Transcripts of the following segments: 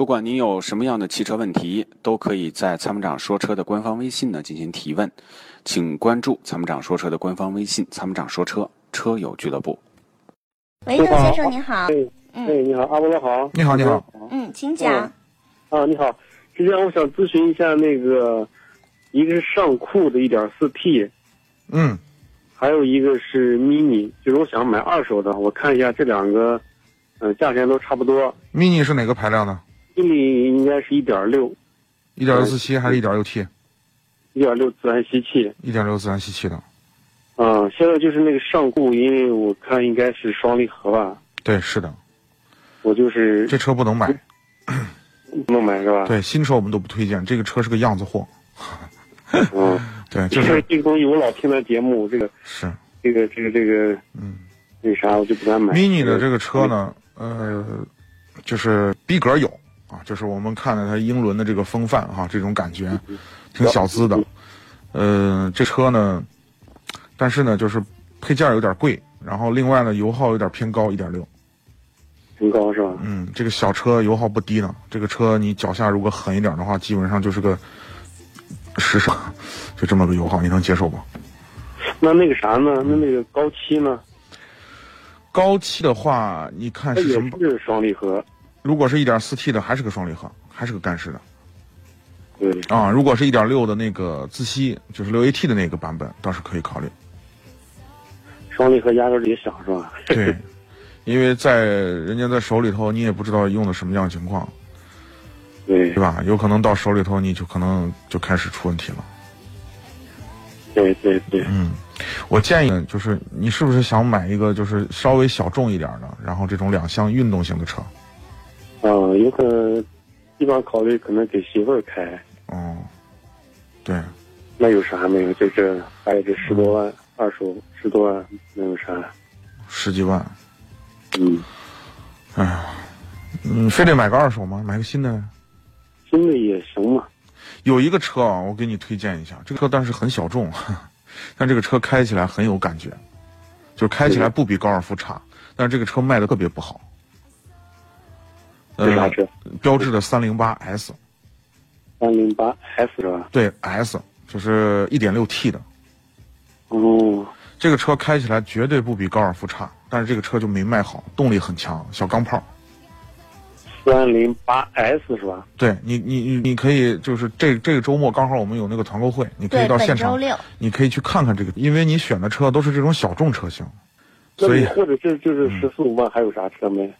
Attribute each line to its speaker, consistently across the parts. Speaker 1: 不管您有什么样的汽车问题，都可以在参谋长说车的官方微信呢进行提问，请关注参谋长说车的官方微信“参谋长说车车友俱乐部
Speaker 2: 喂，郑先
Speaker 3: 哦
Speaker 2: 生您好，
Speaker 4: 哎，哎，
Speaker 2: 嗯
Speaker 4: 你好，阿波罗好。
Speaker 3: 你好你好。
Speaker 2: 嗯，请
Speaker 3: 哦
Speaker 2: 讲。
Speaker 4: 啊，你好，是这样，我想咨询一下那个，一个是尚酷的 1.4T，
Speaker 3: 嗯，
Speaker 4: 还有一个是 mini，就是我想买二手的，我看一下这两个，嗯、价钱都差不多。
Speaker 3: mini 是哪个排量的？
Speaker 4: mini 应该是一点六，
Speaker 3: 一点六四七还是一点六 T？
Speaker 4: 一点六自然吸气。
Speaker 3: 一点六自然吸气的。
Speaker 4: 啊，现在就是那个尚酷，因为我看应该是双离合吧，
Speaker 3: 对，是的，
Speaker 4: 我就是
Speaker 3: 这车不能买。
Speaker 4: 不能买是吧？
Speaker 3: 对，新车我们都不推荐，这个车是个样子货。
Speaker 4: 嗯，
Speaker 3: 对，就
Speaker 4: 就是是这个东西我老听他节目，这个
Speaker 3: 是
Speaker 4: 这个这个这个，
Speaker 3: 嗯，
Speaker 4: 那啥，我就不敢买。
Speaker 3: mini 的这个车呢，呃，就是逼格有啊，就是我们看了它英伦的这个风范哈、这种感觉，挺小资的。呃，这车呢，但是呢，就是配件有点贵，然后另外呢，油耗有点偏高，一点六。
Speaker 4: 挺高是吧？
Speaker 3: 嗯，这个小车油耗不低呢。这个车你脚下如果狠一点的话，基本上就是个时尚，就这么个油耗，你能接受吗？
Speaker 4: 那那个啥呢？
Speaker 3: 嗯
Speaker 4: 那那个高七呢？
Speaker 3: 高七的话，你看
Speaker 4: 它哎
Speaker 3: 是
Speaker 4: 也
Speaker 3: 什么？
Speaker 4: 是双离合，
Speaker 3: 如果是一点四 T 的，还是个双离合，还是个干式的
Speaker 4: 对，
Speaker 3: 啊？如果是一点六的那个自吸，就是六 AT 的那个版本，倒是可以考虑。
Speaker 4: 双离合压根儿也响是吧？
Speaker 3: 对，因为在人家在手里头，你也不知道用的什么样情况，
Speaker 4: 对
Speaker 3: 对吧？有可能到手里头，你就可能就开始出问题了。
Speaker 4: 对对对，
Speaker 3: 嗯我建议呢，就是你是不是想买一个就是稍微小众一点的，然后这种两厢运动型的车？
Speaker 4: 啊，有可能一般考虑可能给媳妇儿开，
Speaker 3: 哦，对，
Speaker 4: 那有啥没有？就这还有这十多万二手十多万那有啥？
Speaker 3: 十几万，
Speaker 4: 嗯，
Speaker 3: 嗯，非得买个二手吗？买个新的呗。
Speaker 4: 新的也行嘛。
Speaker 3: 有一个车啊，我给你推荐一下，这个车但是很小众， 但这个车开起来很有感觉，就是开起来不比高尔夫差，但是这个车卖的特别不好。
Speaker 4: 是啥
Speaker 3: 呃
Speaker 4: 车？
Speaker 3: 标志的三零八 S，
Speaker 4: 三零八 S 是吧？
Speaker 3: 对 S 就是一点六 T 的，
Speaker 4: 哦，
Speaker 3: 这个车开起来绝对不比高尔夫差，但是这个车就没卖好，动力很强，小钢炮。
Speaker 4: 三零八 S 是吧？
Speaker 3: 对你，你你你可以就是这这个周末刚好我们有那个团购会，你可以
Speaker 2: 对，
Speaker 3: 到
Speaker 2: 本
Speaker 3: 现
Speaker 2: 周
Speaker 3: 场，
Speaker 2: 六，
Speaker 3: 你可以去看看这个，因为你选的车都是这种小众车型，所以嗯
Speaker 4: 那你或者是就是十四五万还有啥车没？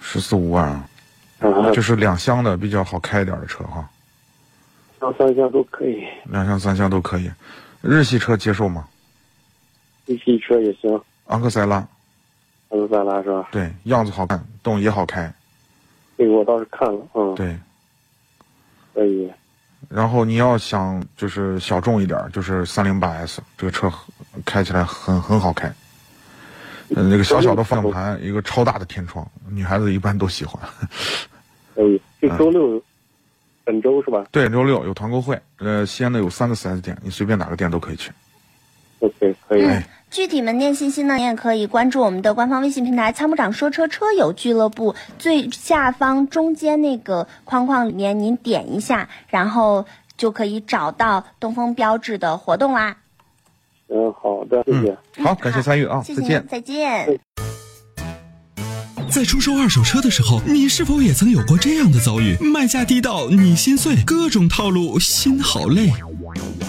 Speaker 3: 十四五万啊，
Speaker 4: 啊，
Speaker 3: 就是两厢的比较好开一点的车哈，
Speaker 4: 上三厢都可以，
Speaker 3: 两厢三厢都可以。日系车接受吗？
Speaker 4: 一汽车也行，
Speaker 3: 昂克赛拉，
Speaker 4: 阿斯塞拉是吧？
Speaker 3: 对，样子好看，动也好开，
Speaker 4: 这个我倒是看了，嗯，
Speaker 3: 对。
Speaker 4: 可以。
Speaker 3: 然后你要想就是小众一点儿，就是三零八 S 这个车很开起来很很好开，嗯，那个小小的方向盘，一个超大的天窗，女孩子一般都喜欢。
Speaker 4: 可以，就周六，本周是吧
Speaker 3: 对，周六有团购会，呃，西安的有三个 4S 店，你随便哪个店都可以去。
Speaker 4: ？OK，可以。
Speaker 2: 嗯，具体门店信息呢，你也可以关注我们的官方微信平台“参谋长说车车友俱乐部”，最下方中间那个框框里面您点一下，然后就可以找到东风标致的活动啦。
Speaker 4: 嗯，好的，谢谢。
Speaker 3: 好，感谢参与啊，
Speaker 2: 嗯谢
Speaker 3: 再
Speaker 2: 谢
Speaker 3: 见
Speaker 2: 您，。再见。
Speaker 5: 在出售二手车的时候，你是否也曾有过这样的遭遇？卖价低到你心碎，各种套路，心好累。